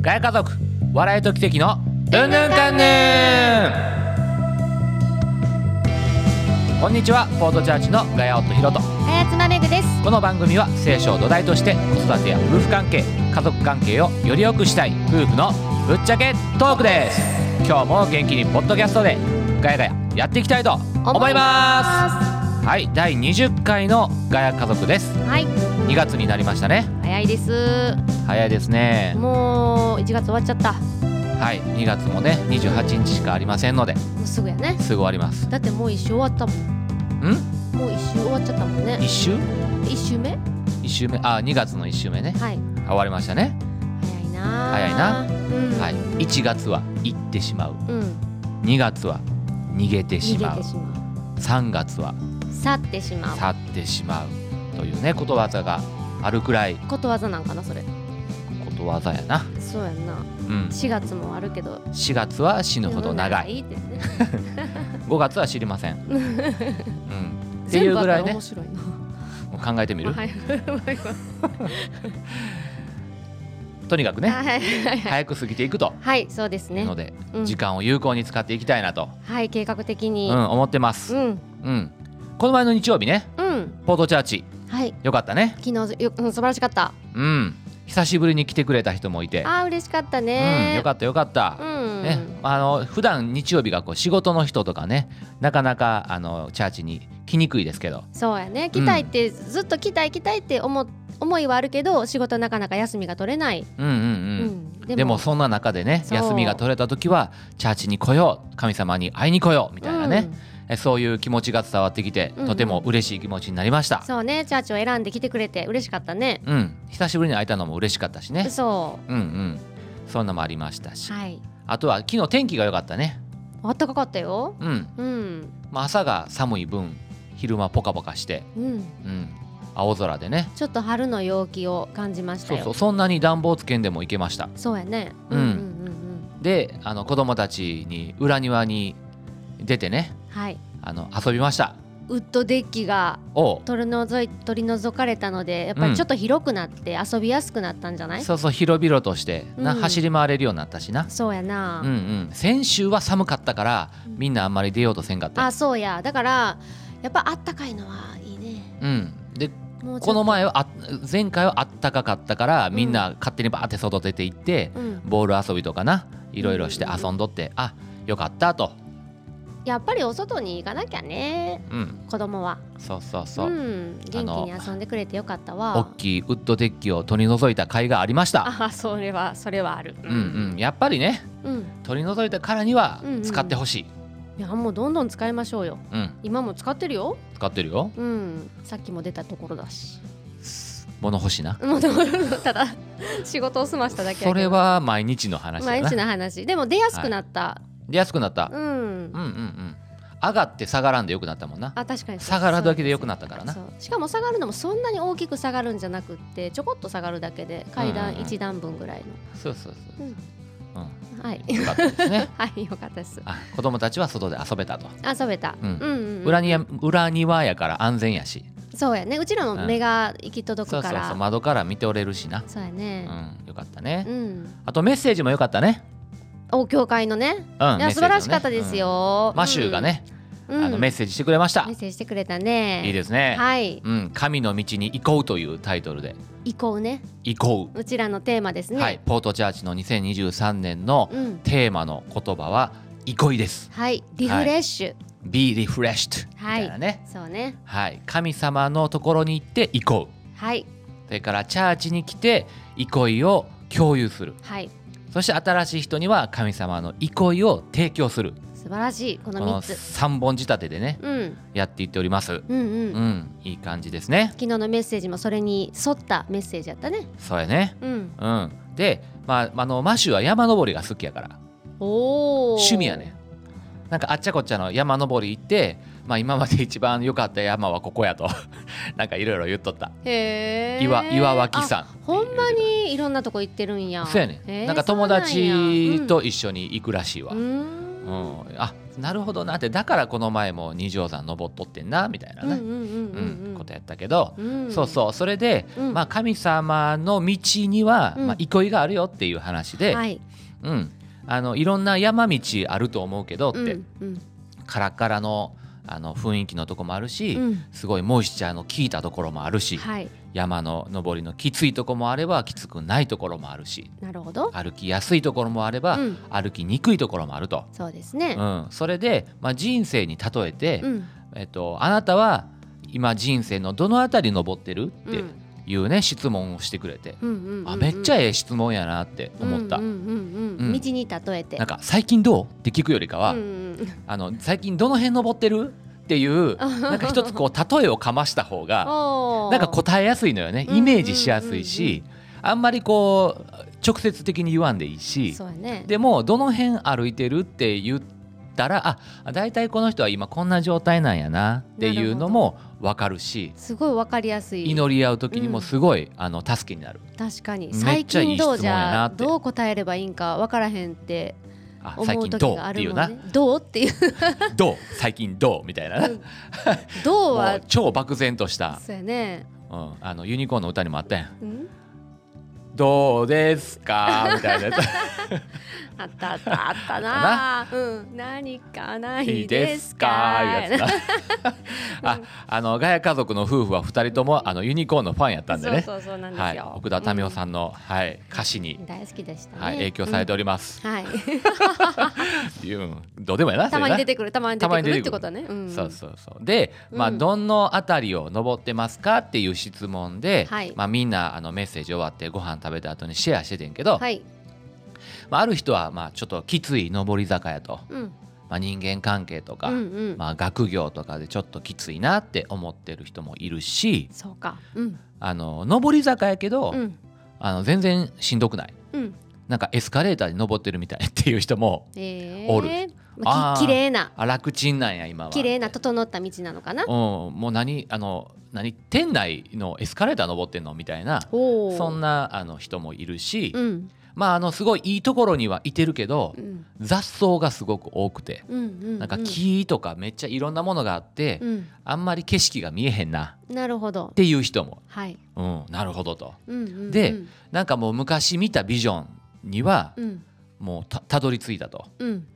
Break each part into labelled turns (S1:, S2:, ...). S1: 大家族笑いと奇跡のうんぬんかんぬんこんにちはポートチャーチのガヤオットヒロト
S2: あやつまめぐです
S1: この番組は聖書を土台として子育てや夫婦関係家族関係をより良くしたい夫婦のぶっちゃけトークです今日も元気にポッドキャストでガヤガヤやっていきたいと思います
S2: は
S1: はい第20回のガヤ家族です
S2: い
S1: 2月になりましたね
S2: 早いです
S1: 早いですね
S2: もう1月終わっちゃったも
S1: はい2月もね28日しかありませんので
S2: うすぐやね
S1: すぐ終わります
S2: だってもう一周終わったもん
S1: ん
S2: もう一周終わっちゃったもんね
S1: 1週
S2: 一周目はい
S1: 1週目あ2月の1週目ね
S2: 早い
S1: 終わりましたね
S2: な
S1: 早いな
S2: うん、
S1: はい1月は行ってしまう
S2: うん
S1: 2月は逃げてし
S2: 逃
S1: ま
S2: げ
S1: う
S2: てしま
S1: 3月は
S2: う去ってしまう
S1: 去ってしまうというねことわざがあるくらい
S2: ことわざなんかなそれ
S1: ことわざやな、
S2: そうやんな
S1: うん、
S2: 4月もあるけど
S1: 4月は死ぬほど長い
S2: いってね
S1: 5月は知りま せん、うん、ってい
S2: 全
S1: う
S2: 部あ
S1: ぐ
S2: っ
S1: ら
S2: た
S1: い
S2: ら
S1: ね
S2: 面白いな
S1: 考えてみる
S2: はいはい
S1: とにかくね
S2: はいはい
S1: 早く過ぎていくと
S2: はいそうです
S1: いう
S2: ね
S1: ので、
S2: うん
S1: 時間を有効に使っていきたいなと、
S2: はい計画的
S1: う
S2: に
S1: ん、思ってます、
S2: うん
S1: うん、この前の日曜日ね
S2: うん
S1: ポートチャーチ
S2: はい
S1: よかったね
S2: 昨日よ、うん、素晴らしかった
S1: うん久しぶりに来てくれた人もいて、
S2: あー嬉しかった
S1: うん、よ
S2: ね
S1: かったよかった、
S2: うん
S1: ね、あの普段日曜日がこう仕事の人とかねなかなかあのチャーチに来にくいですけど、
S2: そうやね来たいって、ずっと来たい来たいって思思いはあるけど仕事なかなか休みが取れない、
S1: うんうん
S2: う
S1: うん
S2: ん、
S1: でもそんな中でね
S2: そう
S1: 休みが取れた時はチャーチに来よう神様に会いに来ようみたいなね、、えそういう気持ちが伝わってきて、
S2: うんうん
S1: とても嬉しい気持ちになりまし
S2: うん
S1: た
S2: そうねチャーチを選んで来てくれて嬉しかったね
S1: うん久しぶりに会えたのも嬉しかったしね
S2: そ
S1: うんうんそんなのもありましたし
S2: うはい
S1: あとは昨日天気が良かったね
S2: あったかかったよ
S1: うん、
S2: うん
S1: まあ、朝が寒い分昼間ポカポカして、
S2: うん
S1: うん、青空でね
S2: ちょっと春の陽気を感じました
S1: そう
S2: よ
S1: そうそんなに暖房つけんでも行けました
S2: そうやね
S1: うん
S2: うんうんうん
S1: であの子供たちに裏庭に出てね
S2: はい
S1: あの遊びました
S2: ウッドデッキが
S1: おう
S2: 取り除い取り除かれたのでやっぱりちょっと広くなって遊びやすくなったんじゃない、
S1: そうそう広々としてな、
S2: うん
S1: 走り回れるようになったしな
S2: そうやな、
S1: うんうん先週は寒かったから
S2: うん
S1: みんなあんまり出ようとせんかった
S2: あそうやだからやっぱあったかいのはいいね
S1: うんで
S2: もうちょっと
S1: この前はあ前回はあったかかったからみんな勝手にバーって外出て行って、
S2: うん、
S1: ボール遊びとかないろいろして遊んどって、あよかったと
S2: やっぱりお外に行かなきゃね
S1: うん
S2: 子供は
S1: そうそうそう、
S2: ん、元気に遊んでくれてよかったわ
S1: 大きいウッドデッキを取り除いた甲斐がありました
S2: あそれはそれはある
S1: うんうんやっぱりね
S2: うん、
S1: 取り除いたからには
S2: うんうん
S1: 使ってほしい、
S2: いやもうどんどん使いましょうよ
S1: うん
S2: 今も使ってるよ
S1: 使ってるよ
S2: うんさっきも出たところだし
S1: 物欲しいな
S2: もうただ仕事を済ましただけや
S1: そ
S2: け
S1: れ
S2: ど
S1: は毎日の話だ
S2: 毎
S1: な
S2: 日の話でも出やすくなった、
S1: で安くなった、
S2: うん
S1: うんうんうん上がって下がらんでよくなったもんな
S2: あ確かにそう
S1: 下がるだけで良くなったからな
S2: そうしかも下がるのもそんなに大きく下がるんじゃなくってちょこっと下がるだけで階
S1: うん
S2: 段
S1: うんうん
S2: 一段分ぐらい
S1: そうそうそううん、
S2: のはい
S1: よかったですね
S2: はいよかったです
S1: あ子供たちは外で遊べたと
S2: 遊べた、
S1: う
S2: うんん、うんうん
S1: 裏に裏庭やから安全やし
S2: そうやねうちらも目が行き届
S1: そう
S2: く
S1: そう
S2: から、
S1: そう
S2: そう
S1: 窓から見ておれるしな、
S2: や
S1: う
S2: ね
S1: ん、よかったね、
S2: うん、
S1: あとメッセージもよかったね
S2: お教会のね
S1: うん
S2: い
S1: メッ
S2: や
S1: セージも
S2: 素晴
S1: ね
S2: らしかったです、よ、
S1: うんマシューがね、
S2: うん、うん
S1: あのメッセージしてくれました
S2: メッ、セージしてくれたね
S1: いいですね、
S2: はい
S1: うん、神の道に行こうというタイトルで
S2: 移行ね
S1: 行こう、
S2: うちらのテーマですね、
S1: はい、ポートチャーチの2023年の
S2: うん
S1: テーマの言葉は「憩い」です
S2: はいリフレッシュ、
S1: 「Be refreshed」みたいなね、
S2: そうね
S1: はい神様のところに行って「憩う
S2: はい」
S1: それからチャーチに来て「憩い」を共有する
S2: はい
S1: そして新しい人には神様の憩いを提供する
S2: 素晴らしいこ
S1: こ
S2: の
S1: の
S2: 三つ
S1: 3本仕立てでね
S2: うん
S1: やっていっております。
S2: うんうん、
S1: うん、いい感じですね。
S2: 昨日のメッセージもそれに沿ったメッセージやったね
S1: そうやね。
S2: うん
S1: うん、で、まあ、あのマシューは山登りが好きやから
S2: おお
S1: 趣味やねなんかあっちゃこっちゃの山登り行って、まあ、今まで一番良かった山はここやと なんかいろいろ言っとった
S2: へえ
S1: 岩岩脇山
S2: ほんまにいろんなとこ行ってるんや
S1: そうやね
S2: へー
S1: なんか友
S2: そうなんや
S1: 達と一緒に行くらしいわ、
S2: うん
S1: うん、あなるほどなってだからこの前も二条山登っとってんなみたいな
S2: うんうん
S1: ね、
S2: うんうん
S1: う
S2: うんん
S1: ことやったけど、
S2: うん
S1: そうそうそれで、
S2: うん
S1: まあ、神様の道には、
S2: うん
S1: まあ、憩いがあるよっていう話で、
S2: はい
S1: うん、あのいろんな山道あると思うけどって、
S2: うんうん
S1: カラッカラのあの雰囲気のとこもあるし、
S2: うん
S1: すごいモイスチャーの効いたところもあるし、
S2: はい
S1: 山の登りのきついとこもあればきつくないところもあるし
S2: なるほど
S1: 歩きやすいところもあれば、
S2: うん
S1: 歩きにくいところもあると、
S2: そうですね
S1: うん、それで、まあ、人生に例えて、
S2: うん
S1: えっと、あなたは今人生のどのあたり登ってるっ
S2: うん
S1: ていうね、質問をしてくれて、
S2: うんうんうんうん
S1: あめっちゃええ質問やなって思った、
S2: うんうんうんうん
S1: うん
S2: 道に例えて
S1: なんか最近どうって聞くよりかは、
S2: うんうん
S1: あの最近どの辺登ってるって いうなんか一つこう例えをかました方が
S2: おー
S1: なんか答えやすいのよねイメージしやすいし、あんまりこう直接的に言わんでいいし
S2: そうやね
S1: でもどの辺歩いてるって言ったらあ大体この人は今こんな状態なんやなっていうのも分かるし
S2: すごいわかりやすい
S1: 祈り合う時にもすごい、あの助けになる
S2: 確かに
S1: めっ
S2: 最
S1: ちゃいい
S2: 近
S1: 質
S2: ど
S1: 問
S2: う
S1: や
S2: じ
S1: な
S2: ゃ
S1: って
S2: どう答えればいいんかわからへんって
S1: あ
S2: 思
S1: 最
S2: う
S1: 近ど
S2: 時
S1: う
S2: が
S1: っ
S2: あ
S1: て
S2: る
S1: い
S2: も
S1: うんな、
S2: ねどうっていう
S1: どう最近どうみたい なな、
S2: うんどう
S1: も
S2: は
S1: う超漠然とした、
S2: そうやね
S1: うん、あのユニコーンの歌にもあったやん
S2: うん
S1: どうですかみたいなやつ
S2: あったあったあったなうん何かない
S1: い
S2: い
S1: い
S2: で
S1: ですす
S2: か
S1: かいうやつな ああのガヤ家族の夫婦は二人ともあのユニコーンのファンやったんでね
S2: そうそうそうなんで
S1: は
S2: す
S1: い、
S2: よ、
S1: 奥田民生さんの、はい、歌詞に
S2: う、ん大好きでしたね、
S1: はい、影響されております。
S2: うんはい
S1: うん、どうでもやな。
S2: たまに出
S1: て
S2: てくるたまに出
S1: たま
S2: て
S1: に
S2: く
S1: 出
S2: る
S1: て
S2: っ
S1: くる
S2: てことね、うん、
S1: そうそうそうで、まあ、
S2: うん
S1: どのあたりを登ってますかっていう質問で、
S2: はい
S1: まあ、みんなあのメッセージ終わってご飯食べた後にシェアしててんけど、
S2: はい、
S1: まあ、ある人はまあちょっときつい上り坂やと、
S2: うん、
S1: まあ、人間関係とか、
S2: うんうん
S1: まあ、学業とかでちょっときついなって思ってる人もいるし
S2: そうかうん
S1: あの上り坂やけど、
S2: うん
S1: あの全然しんどくない
S2: うん
S1: なんかエスカレーターに登ってるみたいっていう人も
S2: ええ
S1: おる
S2: まあ、き
S1: あー
S2: 綺麗な
S1: あ楽ちんなんや今は
S2: 綺麗な整った道なのかな
S1: うんもう何あの何店内のエスカレーター登ってんのみたいな
S2: おー
S1: そんなあの人もいるし、
S2: うん
S1: まああのすごいいいところにはいてるけど、
S2: うん
S1: 雑草がすごく多くて、
S2: うんうん
S1: なんか木とかめっちゃいろんなものがあって、
S2: うん
S1: あんまり景色が見えへんなっ
S2: なるほど
S1: ていう人も、
S2: はい
S1: うん、なるほどと
S2: うんうんうん
S1: でなんかもう昔見たビジョンには
S2: うん
S1: もうたたどり着いたと。
S2: うん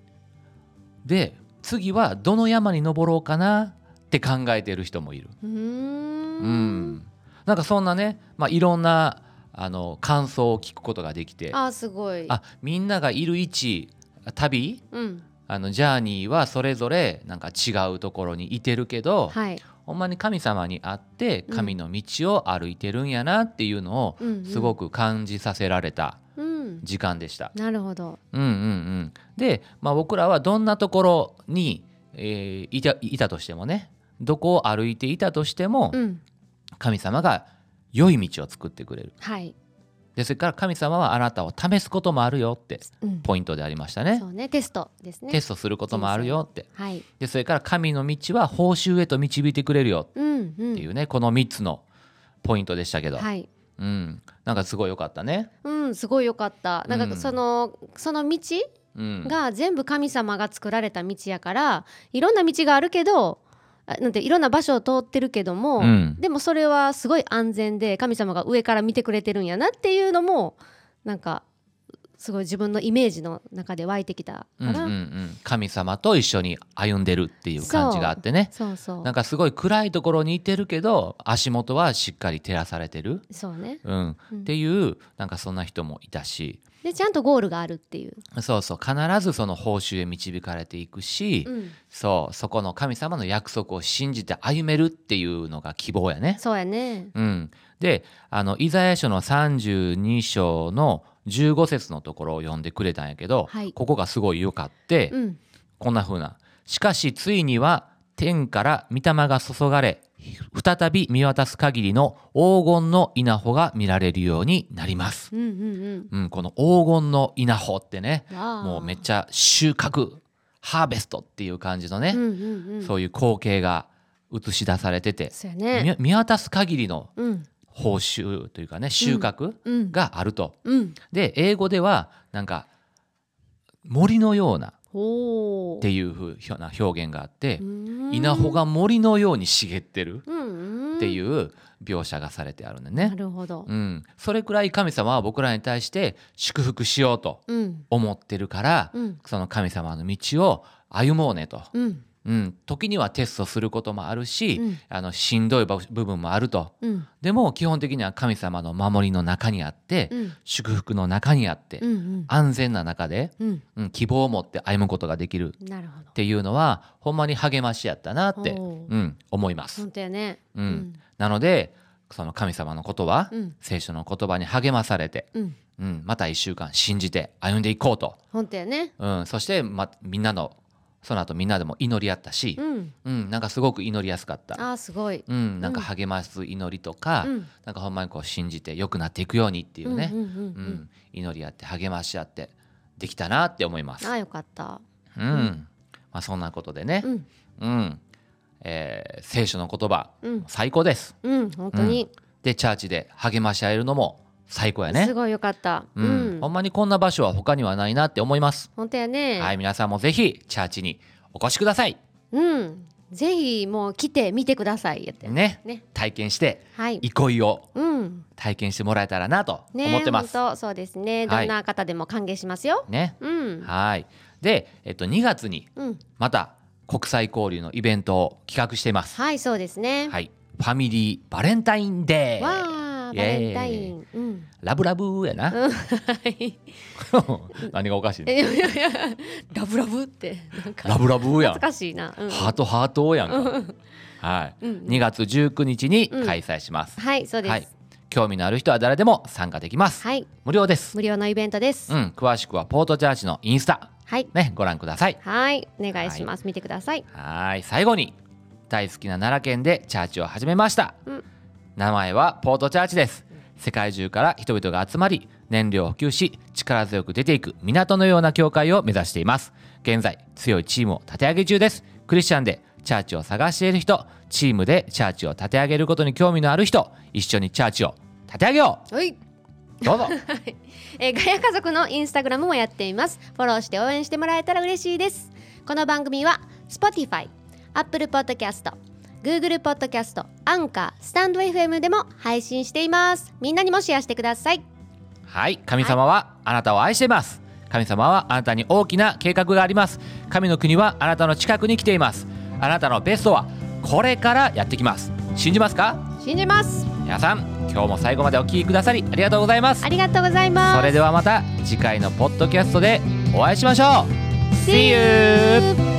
S1: で次はどの山に登ろうかなって考えてる人もいる。
S2: うーん
S1: うん、なんかそんなね、まあ、いろんなあの感想を聞くことができてあ
S2: あーすごい
S1: みんながいる位置旅
S2: うん
S1: あのジャーニーはそれぞれなんか違うところにいてるけど、
S2: はい
S1: ほんまに神様に会って
S2: うん
S1: 神の道を歩いてるんやなっていうのを
S2: うんうん
S1: すごく感じさせられた
S2: うん
S1: 時間でした。
S2: なるほど
S1: うんうんうん、で、まあ、僕らはどんなところに、えーいたいたとしてもねどこを歩いていたとしても
S2: うん
S1: 神様が良い道を作ってくれる
S2: はい
S1: でそれから神様はあなたを試すこともあるよって
S2: うん
S1: ポイントでありましたね
S2: そうねテストですね
S1: テストすることもあるよって
S2: はい
S1: でそれから神の道は報酬へと導いてくれるよ
S2: うんうん
S1: っていうね、この3つのポイントでしたけど、
S2: はい
S1: うん、なんかすごい良かったね。
S2: うんすごい良かったなん
S1: う
S2: か
S1: ん
S2: そのその道
S1: うん、
S2: が全部神様が作られた道やからいろんな道があるけどあなんていろんな場所を通ってるけども、
S1: うん
S2: でもそれはすごい安全で神様が上から見てくれてるんやなっていうのもなんかすごい自分のイメージの中で湧いてきた
S1: うん
S2: か
S1: うんう
S2: ら、
S1: ん、神様と一緒に歩んでるっていう感じがあってね
S2: そうそう
S1: なんかすごい暗いところにいてるけど足元はしっかり照らされてる、
S2: そうね
S1: うん
S2: うん
S1: っていうなんかそんな人もいたし
S2: でちゃんとゴールがあるっていう、
S1: そうそう必ずその報酬へ導かれていくし、
S2: うん、
S1: そうそこの神様の約束を信じて歩めるっていうのが希望やね。
S2: そうやね
S1: うん、であのイザヤ書の32章の15節のところを読んでくれたんやけど、
S2: はい
S1: ここがすごい良かって、
S2: うん
S1: こんな風な。しかしついには天から御霊が注がれ、再び見渡す限りの黄金の稲穂が見られるようになります。
S2: うんうん
S1: うん、この黄金の稲穂ってね、
S2: うんわあ
S1: もうめっちゃ収穫、ハーベストっていう感じの
S2: うん
S1: ね、
S2: うんうん
S1: そういう光景が映し出されてて、
S2: そうやね
S1: み見渡す限りの
S2: うん
S1: 報酬というかね、収穫
S2: うん
S1: があると。
S2: うん
S1: で、英語ではなんか森のような、
S2: ほほう
S1: っていうふうひょな表現があって
S2: うーん
S1: 稲穂が森のように茂ってる
S2: うん
S1: っていうう描写がされてあるんだ
S2: ん
S1: ね
S2: な。るほど
S1: うん、それくらい神様は僕らに対して祝福しようと
S2: うん
S1: 思ってるから、
S2: うん
S1: その神様の道を歩もうねと、
S2: うん
S1: うん、時にはテストすることもあるし、
S2: うん
S1: あのしんどいば部分もあると
S2: うん
S1: でも基本的には神様の守りの中にあって、
S2: うん
S1: 祝福の中にあって、
S2: うんうん
S1: 安全な中で、
S2: うん
S1: うん、希望を持って歩むことができるっ
S2: なるほど
S1: ていうのはほんまに励ましやったなって、
S2: ほう
S1: うん、思います。
S2: 本当やね
S1: うんなのでその神様のことは、
S2: うん
S1: 聖書の言葉に励まされて、
S2: うん
S1: うん、また1週間信じて歩んでいこうと、
S2: 本当やね
S1: うん、そして、ま、みんなのその後みんなでも祈り合ったし
S2: う、ん
S1: うん、なんかすごく祈りやすかった、
S2: あーすごい
S1: うん、なんか励ます祈りとか、
S2: うん
S1: なんかほんまにこう信じて良くなっていくようにっていうね、
S2: うんうん
S1: う
S2: うんんうん
S1: 祈り合って励まし合ってできたなって思います。
S2: あーよかった
S1: うんまあ、そんなことでね、
S2: うん
S1: うんえー聖書の言葉、
S2: うん
S1: 最高です。
S2: うん本当に
S1: でチャーチで励まし合えるのも最高やね
S2: す。ごいよかった
S1: う
S2: うんん
S1: ほんまにこんな場所は他にはないなって思います。
S2: 本当やね
S1: はい、皆さんもぜひチャーチにお越しください。
S2: うんぜひもう来てみてくださいやって
S1: ね、
S2: ね
S1: 体験して
S2: はい
S1: 憩いを
S2: うん
S1: 体験してもらえたらなと
S2: ね
S1: 思ってます。
S2: 本当そうですね
S1: は
S2: ど
S1: い
S2: んな方でも歓迎しますよ
S1: ね、
S2: うん
S1: はい。で、えっと2月に
S2: うん
S1: また国際交流のイベントを企画しています。
S2: はいそうですね
S1: はい、ファミリーバレンタインデー。
S2: わあ
S1: イ
S2: バ
S1: エー
S2: レ
S1: イ
S2: ンタインうん
S1: ラブラブやな。
S2: うんはい。
S1: 何がおかしいの
S2: えいやいやいやラブラブってなんか
S1: ラブラブやん。
S2: 懐かしいな、うん
S1: ハートハートやんか。はい、
S2: うん
S1: 2月19日に開催します。
S2: はいそうです
S1: は
S2: はいい、、
S1: 興味のある人は誰でも参加できます。無料です。
S2: 無料のイベントです、
S1: うん、詳しくはポートチャーチのインスタ
S2: はい
S1: ねご覧ください。
S2: はいお願いします、見てください
S1: はーい、最後に大好きな奈良県でチャーチを始めました。
S2: うん
S1: 名前はポートチャーチです。世界中から人々が集まり、燃料を補給し、力強く出ていく港のような教会を目指しています。現在、強いチームを立て上げ中です。クリスチャンでチャーチを探している人、チームでチャーチを立て上げることに興味のある人、一緒にチャーチを立て上げよ
S2: はい、
S1: うどうぞ
S2: えーガヤ家族のインスタグラムもやっていますフォローして応援してもらえたら嬉しいですこの番組は Spotify、Apple Podcast、Google Podcast、アンカー、スタンド FM でも配信していますみんなにもシェアしてください
S1: はい、神様はあなたを愛しています。神様はあなたに大きな計画があります。神の国はあなたの近くに来ています。あなたのベストはこれからやってきます。信じますか
S2: 信じます
S1: 皆さん、今日も最後までお聴きくださりありがとうございます
S2: あ。りがとうございます
S1: それではまた次回のポッドキャストでお会いしましょう。See you!